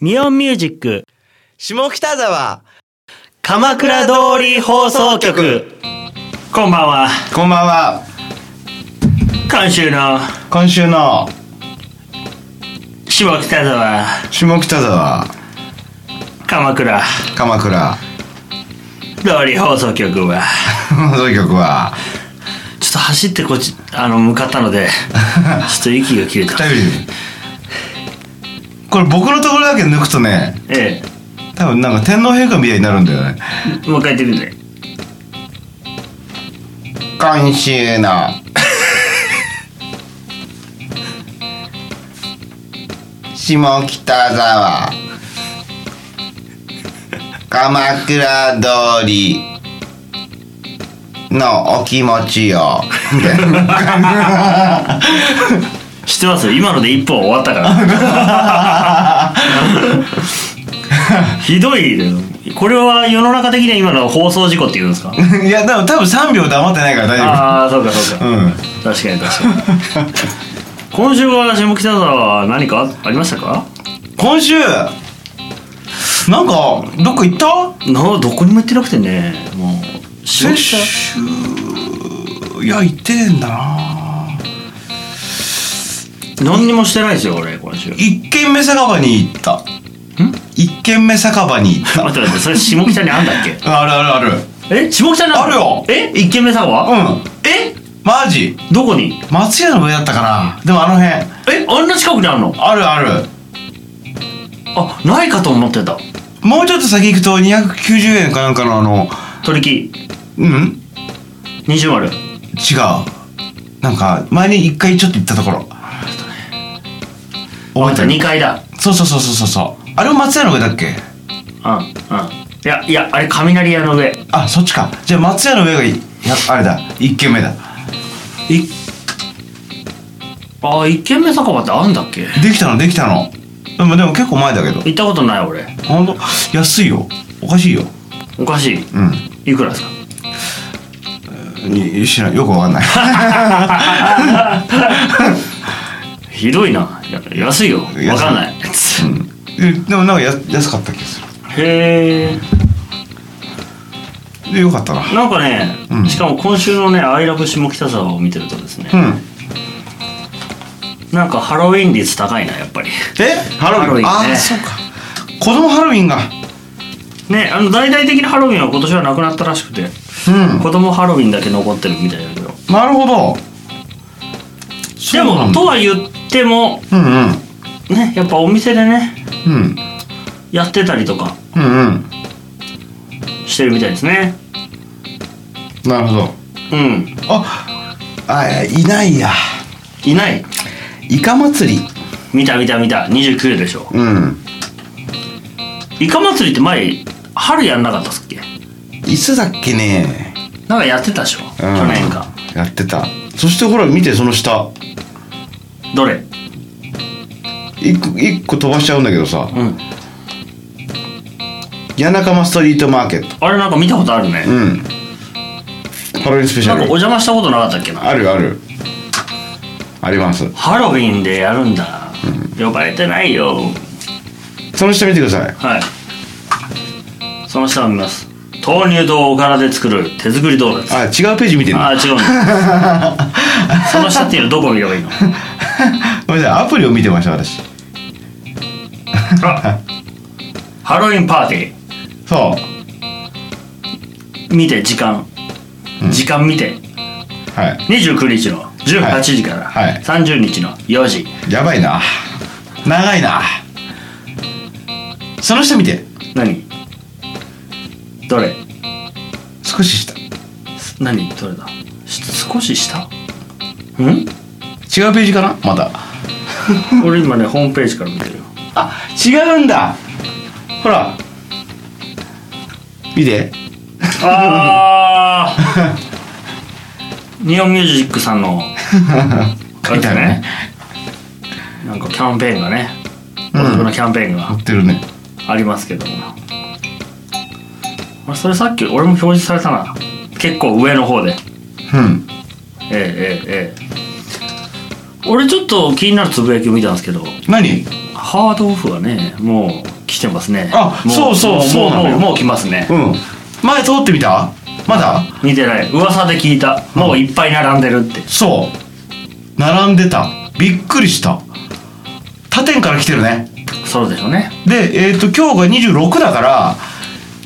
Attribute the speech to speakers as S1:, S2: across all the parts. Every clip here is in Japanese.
S1: ミオンミュージック
S2: 下北沢
S1: 鎌倉通り放送局こんばんは
S2: こんばんは
S1: 今週の
S2: 今週の
S1: 下北沢
S2: 下北沢
S1: 鎌倉
S2: 鎌倉
S1: 通り放送局は
S2: 放送局は
S1: ちょっと走ってこっちあの向かったのでちょっと息が切れた
S2: 頼りこれ僕のところだけ抜くとね
S1: ええ
S2: 多分なんか天皇陛下みたいになるんだよね
S1: もう一回やってみて
S2: 今週の 下北沢鎌倉通りのお気持ちよ みたいな
S1: 知ってます今ので一本終わったから ひどいよこれは世の中的には今のは放送事故って言うんですか
S2: いやでも多分3秒黙ってないから大
S1: ああそうかそうか、
S2: 丈夫うん
S1: 確かに確かに 今週は下北沢は何かありましたか
S2: 今週なんかどっか行った
S1: などこにも行ってなくてねもう仕事した
S2: いや行ってねえんだな
S1: 何にもしてないですよ俺今週待
S2: 一軒目酒場に行った一軒目酒場に行 った
S1: って待ってそれ下北にあんだっけ
S2: あるあるある
S1: え下北にんの
S2: あるよ
S1: え一軒目さんは
S2: うん
S1: え
S2: マジ
S1: どこに
S2: 松屋の上だったかなでもあの辺
S1: えあんな近くにあんの
S2: あるある
S1: あないかと思ってた
S2: もうちょっと先行くと290円かなんかのあの
S1: 取り木
S2: うん
S1: 二重丸
S2: 違うなんか前に一回ちょっと行ったところ
S1: 覚えた
S2: 覚え
S1: 2階だ
S2: てるそうそうそうそうそうそうあれも松屋の上だっけ
S1: うんうんいやいやあれ雷屋の上
S2: あそっちかじゃあ松屋の上がいいやあれだ一軒目だ
S1: いあ一軒目酒場ってあんだっけ
S2: できたのできたのでもでも結構前だけど
S1: 行ったことない俺
S2: 本当安いよおかしいよ
S1: おかし
S2: うん
S1: いいくらですか
S2: にしないよくわかんない
S1: ひどいなや安いよわ
S2: 安い
S1: かんない
S2: えでもなんかや安かった気がす
S1: へえ
S2: るでよかったな
S1: なんかね、
S2: うん
S1: しかも今週のね「アイラブ下北沢」を見てるとですね、
S2: うん
S1: なんかハロウィン率高いなやっぱり
S2: えハロウィン
S1: ハロウィンね
S2: ああそうか子供ハロウィンが
S1: ねあの大々的なハロウィンは今年はなくなったらしくて
S2: うん
S1: 子供ハロウィンだけ残ってるみたいだけど
S2: なるほど
S1: で
S2: そうな
S1: も
S2: んだ
S1: とは言っても
S2: うんうん
S1: ねやっぱお店でね
S2: うん
S1: やってたりとか
S2: うんうん
S1: してるみたいですね
S2: なるほど
S1: うん
S2: ああいないや
S1: いない
S2: イカ祭り
S1: 見た見た見た29でしょ
S2: うん
S1: イカ祭りって前春やんなかったっすっけ
S2: いつだっけね
S1: なんかやってたでしょ、
S2: うん
S1: 去年か
S2: やってたそしてほら見てその下
S1: どれ
S2: 一個一個飛ばしちゃうんだけどさ
S1: うん
S2: 谷中間ストリートマーケット
S1: あれなんか見たことあるね、
S2: うんハロウィンスペシ
S1: なん
S2: ャ
S1: かお
S2: ル
S1: 邪魔したことなかったっけな
S2: あるあるあります
S1: ハロウィンでやるんだ、呼ばれてないよ
S2: その下見てください
S1: はいその下を見ます豆乳とおからで作る手作りドーナツ
S2: あ違うページ見てる
S1: ああ違うの その下っていうのどこ見ればいいの
S2: ごめんなさいアプリを見てました私
S1: あハロウィンパーテ
S2: そ
S1: ィー見て時間、時間見て
S2: うはい
S1: 29日の18時から、
S2: はいはい
S1: 30日の4時
S2: やばいな長いなその下見て
S1: 何どれ
S2: 少し下
S1: 何どれだし少し下ん
S2: 違うページかなまた
S1: 俺今ねホームページから見てるよ
S2: あ違うんだほら見て
S1: ああ 日本ミュージックさんのあ
S2: 書いてあるね
S1: なんかキャンペーンがねお得なキャンペーン
S2: 載
S1: が
S2: ってるね
S1: ありますけども、あれそれさっき俺も表示されたな結構上の方で
S2: うん
S1: ええええええ俺ちょっと気になるつぶやきを見たんですけど
S2: 何
S1: ハードオフはねもうてますね
S2: あ
S1: も
S2: そうそう
S1: も
S2: そうなの
S1: も
S2: よ
S1: うもう来ますね
S2: うん前通ってみたまだ
S1: 見てない噂で聞いたもういっぱい並んでるって
S2: そう並んでたびっくりした他店から来てるね
S1: そうでしょうね
S2: でえっ、と今日が26だから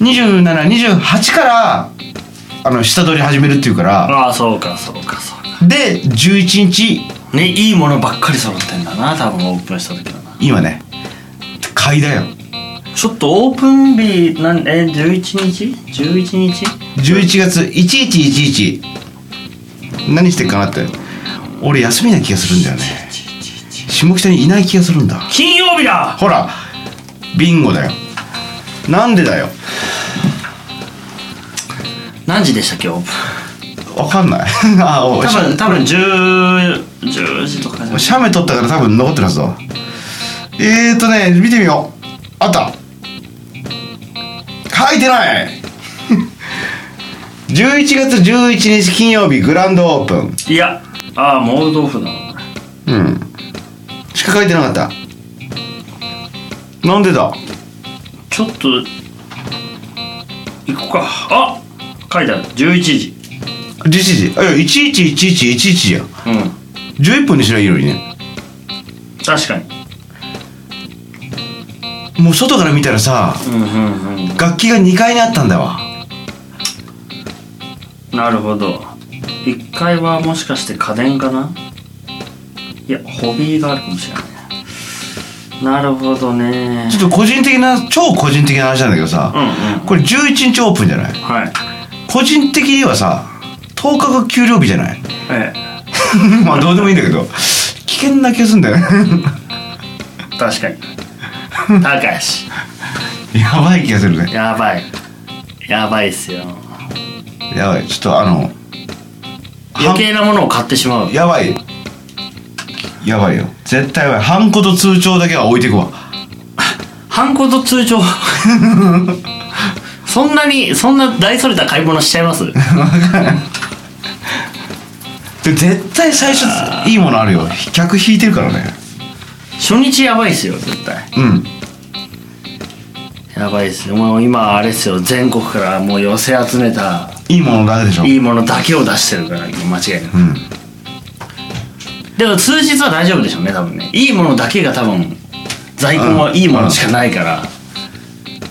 S2: 2728からあの下取り始めるっていうから
S1: ああそうかそうかそうか
S2: で11日
S1: ねいいものばっかり揃ってんだな多分オープンした時はな
S2: 今ね買いだよ
S1: ちょっとオープン日なんえ11日11日
S2: 11月1111何してっかなって俺休みな気がするんだよね下北にいない気がするんだ
S1: 金曜日だ
S2: ほらビンゴだよなんでだよ
S1: 何時でしたっけオープン
S2: わかんない あお
S1: 多
S2: し
S1: 分多分10 10時とかじゃない
S2: 写メ撮ったから多分残ってるはずだえーとね見てみようあった書いてない 11月11日金曜日グランドオープン
S1: いやああモール豆腐だな
S2: うんしか書いてなかったなんでだ
S1: ちょっと行こうかあ書いてある11時
S2: 11時あいや111111じゃん
S1: うん
S2: 11分にしないいのにね
S1: 確かに
S2: もう外から見たらさ
S1: うんうんうん
S2: 楽器が2階にあったんだわ
S1: なるほど1階はもしかして家電かないやホビーがあるかもしれないなるほどね
S2: ちょっと個人的な超個人的な話なんだけどさ、
S1: うんうん
S2: これ11日オープンじゃない
S1: はい
S2: 個人的にはさ10日が給料日じゃない
S1: え
S2: まあどうでもいいんだけど危険な気がするんだよね
S1: え確 かに高し
S2: やばい気がするね
S1: やばいやばいっすよ
S2: やばいちょっとあの
S1: 余計なものを買ってしまう
S2: やばいやばいよ絶対やばいハンコと通帳だけは置いていくわ
S1: ハンコと通 帳そんなにそんな大それた買い物しちゃいます
S2: で絶対最初いいものあるよ客引いてるからね
S1: 初日やばいっすよ絶対
S2: うん
S1: やばいっすよもう今あれっすよ全国からもう寄せ集めた
S2: いいものだけでしょ
S1: いいものだけを出してるから間違いなく
S2: うん
S1: でも数日は大丈夫でしょうね多分ねいいものだけが多分在庫もいいものしかないから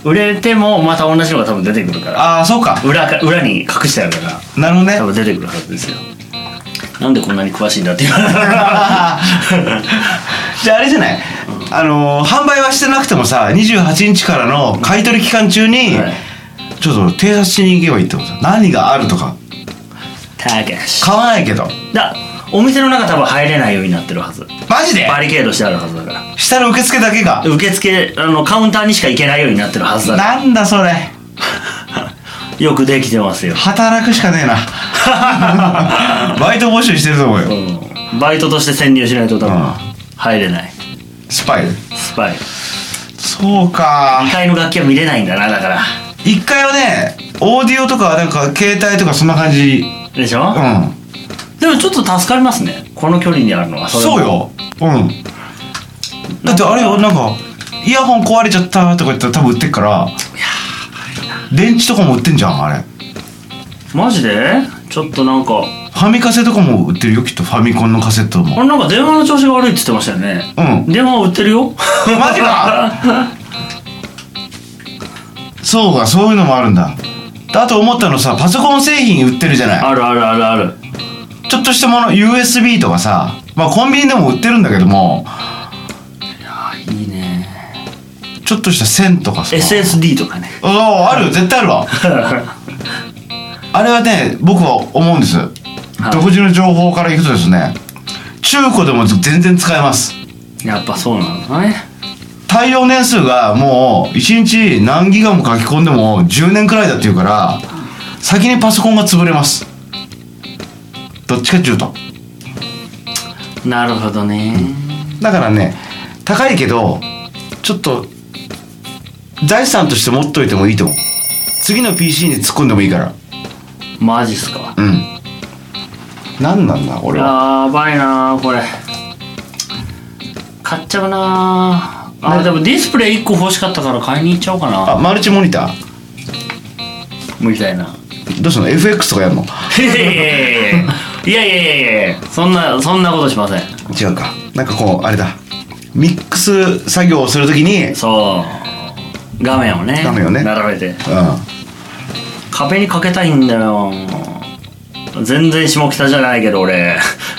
S1: 売れてもまた同じのが多分出てくるから
S2: ああそうか
S1: 裏か裏に隠してあるから
S2: なるほどね
S1: 多分出てくるはずですよなんでこんなに詳しいんだ って言われ
S2: じゃああれじゃない、あのー販売はしてなくてもさ28日からの買い取り期間中に、
S1: はい
S2: ちょっと偵察しに行けばいいってことだ何があるとか
S1: たけし
S2: 買わないけど
S1: だお店の中多分入れないようになってるはず
S2: マジで
S1: バリケードしてあるはずだから
S2: 下の受付だけが
S1: 受付あのカウンターにしか行けないようになってるはずだか
S2: なんだそれ
S1: ら よくできてますよ、
S2: 働くしかねえな バイト募集してると思うよ、
S1: うん、バイトとして潜入しないと多分
S2: うん
S1: 入れない
S2: スパイ
S1: スパイ
S2: そうか
S1: 2階の楽器は見れないんだなだから
S2: 一回はねオーディオとかなんか携帯とかそんな感じ
S1: でしょ、
S2: うん
S1: でもちょっと助かりますねこの距離にあるのは
S2: そう
S1: れも
S2: ようんだってあれよなんかイヤホン壊れちゃったとか言ったら多分売ってっから電池とかも売ってんじゃんあれ
S1: マジでちょっとなんか
S2: ファミカセとかも売ってるよきっとファミコンのカセット
S1: あ
S2: も
S1: れなんか電話の調子が悪いって言ってましたよね
S2: うん
S1: 電話売ってるよ
S2: マジかそうかそういうのもあるんだだと思ったのさパソコン製品売ってるじゃない
S1: あるあるあるある
S2: ちょっとしたもの USB とかさまあコンビニでも売ってるんだけども
S1: あいいね
S2: ちょっとした線とかさ
S1: SSD とかね
S2: おおある絶対あるわあれはね僕は思うんです、
S1: い
S2: 独自の情報からいくとですね中古でも全然使えます
S1: やっぱそうなんだね
S2: 対応年数がもう1日何ギガも書き込んでも10年くらいだっていうから先にパソコンが潰れますどっちかっていうと
S1: なるほどね
S2: だからね高いけどちょっと財産として持っといてもいいと思う次の PC に突っ込んでもいいから
S1: マジっすか
S2: うん何なんだ俺は
S1: やばいなーこれ買っちゃうなーあでもディスプレイ1個欲しかったから買いに行っちゃおうかな
S2: あマルチモニタ
S1: みたいな
S2: ーどうすんの FX とかやるの
S1: いやいやいやいやいやいやいやいやそんなそんなことしません
S2: 違うかなんかこうあれだミックス作業をするときにうん
S1: そう画面をね
S2: 画面をね
S1: 並べて壁にかけたいんだよ全然下北じゃないけど 俺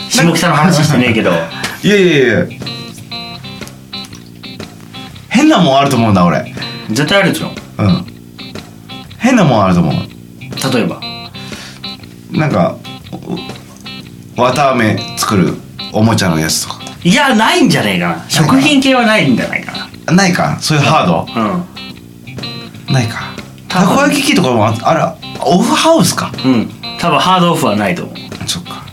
S1: 下北の話してねえけど
S2: いやいやいや変なもんあると思うんだ俺
S1: 絶対あるでしょ
S2: うん変なもんあると思う
S1: 例えば
S2: なんかう綿あめ作るおもちゃのやつとか
S1: いやないんじゃないかな食品系はないんじゃないか
S2: ないかそういうハード
S1: な
S2: ないか
S1: 多分
S2: たこ焼き器とかもああらオフハウスか
S1: うんうん多分ハードオフはないと思う
S2: そっか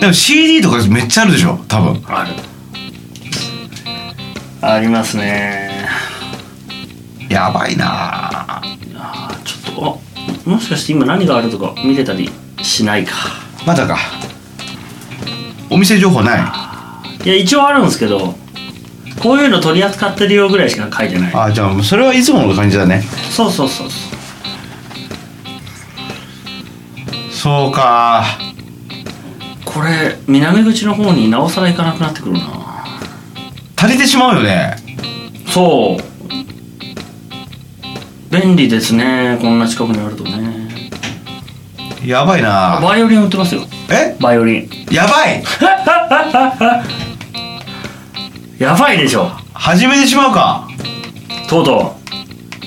S2: でも CD とかめっちゃあるでしょ多分
S1: あるありますね
S2: やばいなぁ
S1: あーちょっとあもしかして今何があるとか見てたりしないか
S2: まだかお店情報ない
S1: いや一応あるんですけどこういうの取り扱ってるよぐらいしか書いてない
S2: あじゃあそれはいつもの感じだね
S1: そうそうそうそう
S2: そうか
S1: これ南口の方になおさら行かなくなってくるな
S2: 足りてしまうよね
S1: そう便利ですねこんな近くにあるとね
S2: やばいなぁ
S1: バイオリン売ってますよ
S2: え
S1: バイオリン
S2: やばい
S1: やばいでしょ
S2: 始めてしまうか
S1: とうと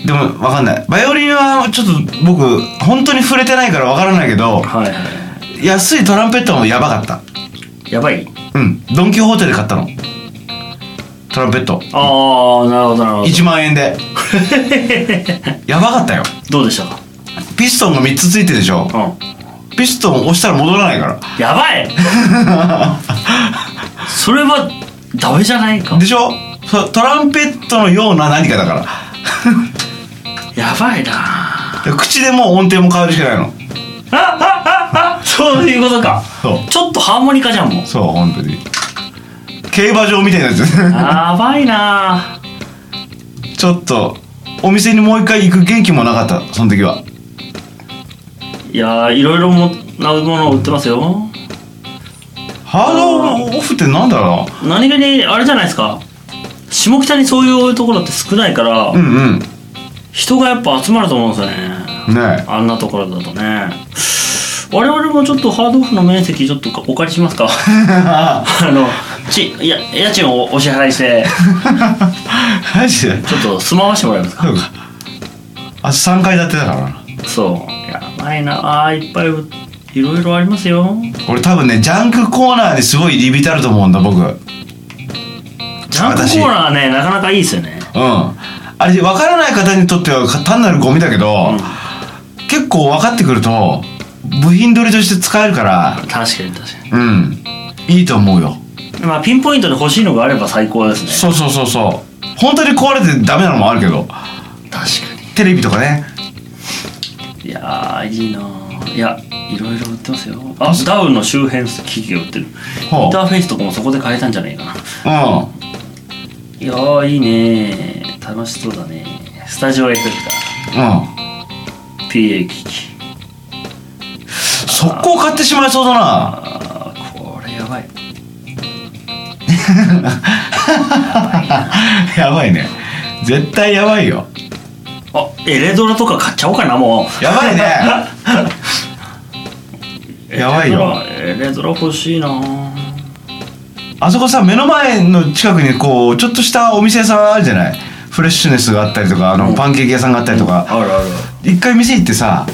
S2: でもわかんないバイオリンはちょっと僕本当に触れてないからわからないけど
S1: うはいは
S2: 安いトランペットもやばかった
S1: いやばい
S2: うんドン・キホーテで買ったのトランペット
S1: ああなるほどなるほど
S2: 1万円でやばかったよ
S1: どうでしたか
S2: ピストンが3つついてるでしょ
S1: うん
S2: ピストン押したら戻らないか
S1: やば いそれはダメじゃないから
S2: でしょそトランペットのような何かだか
S1: やばい な
S2: ら口でもう音程も変わるしかないの
S1: そういうことか
S2: そ
S1: ちょっとハーモニカじゃんもう
S2: うそう本当に競馬場みたいなやつ
S1: やばいな
S2: ちょっとお店にもう一回行く元気もなかったその時はい
S1: やーいろいろもなものを売ってますよ
S2: ハードオフってなんだろ
S1: 何気にあれじゃないですか下北にそういうところって少ないから、
S2: うなうんうん
S1: 人がやっぱ集まると思うんですよね
S2: ね
S1: あんなところだとね我々もちょっとハードオフの面積ちょっとお借りします か
S2: え
S1: あのちいや家賃をお支払いして
S2: マジで
S1: ちょっと住まわしてもらえますか
S2: そうかあ3階建てだからな
S1: そうやばいなあーいっぱいういろいろありますよ
S2: 俺多分ねジャンクコーナーにすごいリビたると思うんだ僕うん
S1: ジャンクコーナーねなかなかいいですよね
S2: あれ分からない方にとっては単なるゴミだけど、結構分かってくると部品取りとして使えるから
S1: 確かに確か
S2: うんいいと思うよ
S1: にまあピンポイントで欲しいのがあれば最高ですね
S2: そうそうそうそう本当に壊れてダメなのもあるけど
S1: 確かに
S2: テレビとかね
S1: いやーいいなーいやいろいろ売ってますよあダウンの周辺機器が売ってるイ
S2: ほう
S1: ンターフェースとかもそこで買えたんじゃないかな
S2: う
S1: いやーいいねー楽しそうだねスタジオエフェク
S2: んうん
S1: ター PA 機器
S2: 速攻買ってしまいそうだな
S1: あーこれやばい
S2: やばいね絶対やばいよ
S1: あエレドラとか買っちゃおうかなもう
S2: や ばいねやばいよ
S1: エレドラ欲しいなー
S2: あそこさ目の前の近くにこうちょっとしたお店屋さんあるじゃないフレッシュネスがあったりとかあのパンケーキ屋さんがあったりとか、
S1: あるある
S2: 一回店行ってさ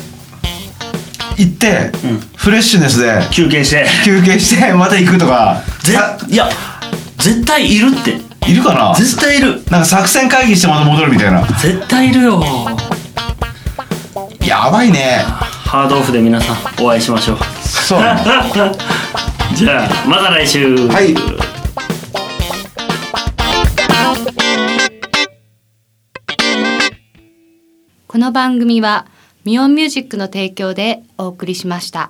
S2: 行って、
S1: うん
S2: フレッシュネスで
S1: 休憩して
S2: 休憩してまた行くとか
S1: ぜ
S2: さ
S1: いや絶対いるって
S2: いるかな
S1: 絶対いる
S2: なんか作戦会議してまた戻るみたいな
S1: 絶対いるよ
S2: やばいね
S1: ハードオフで皆さんお会いしましょう
S2: そうは
S1: じゃあまた来週
S2: い
S3: この番組はミオンミュージックの提供でお送りしました。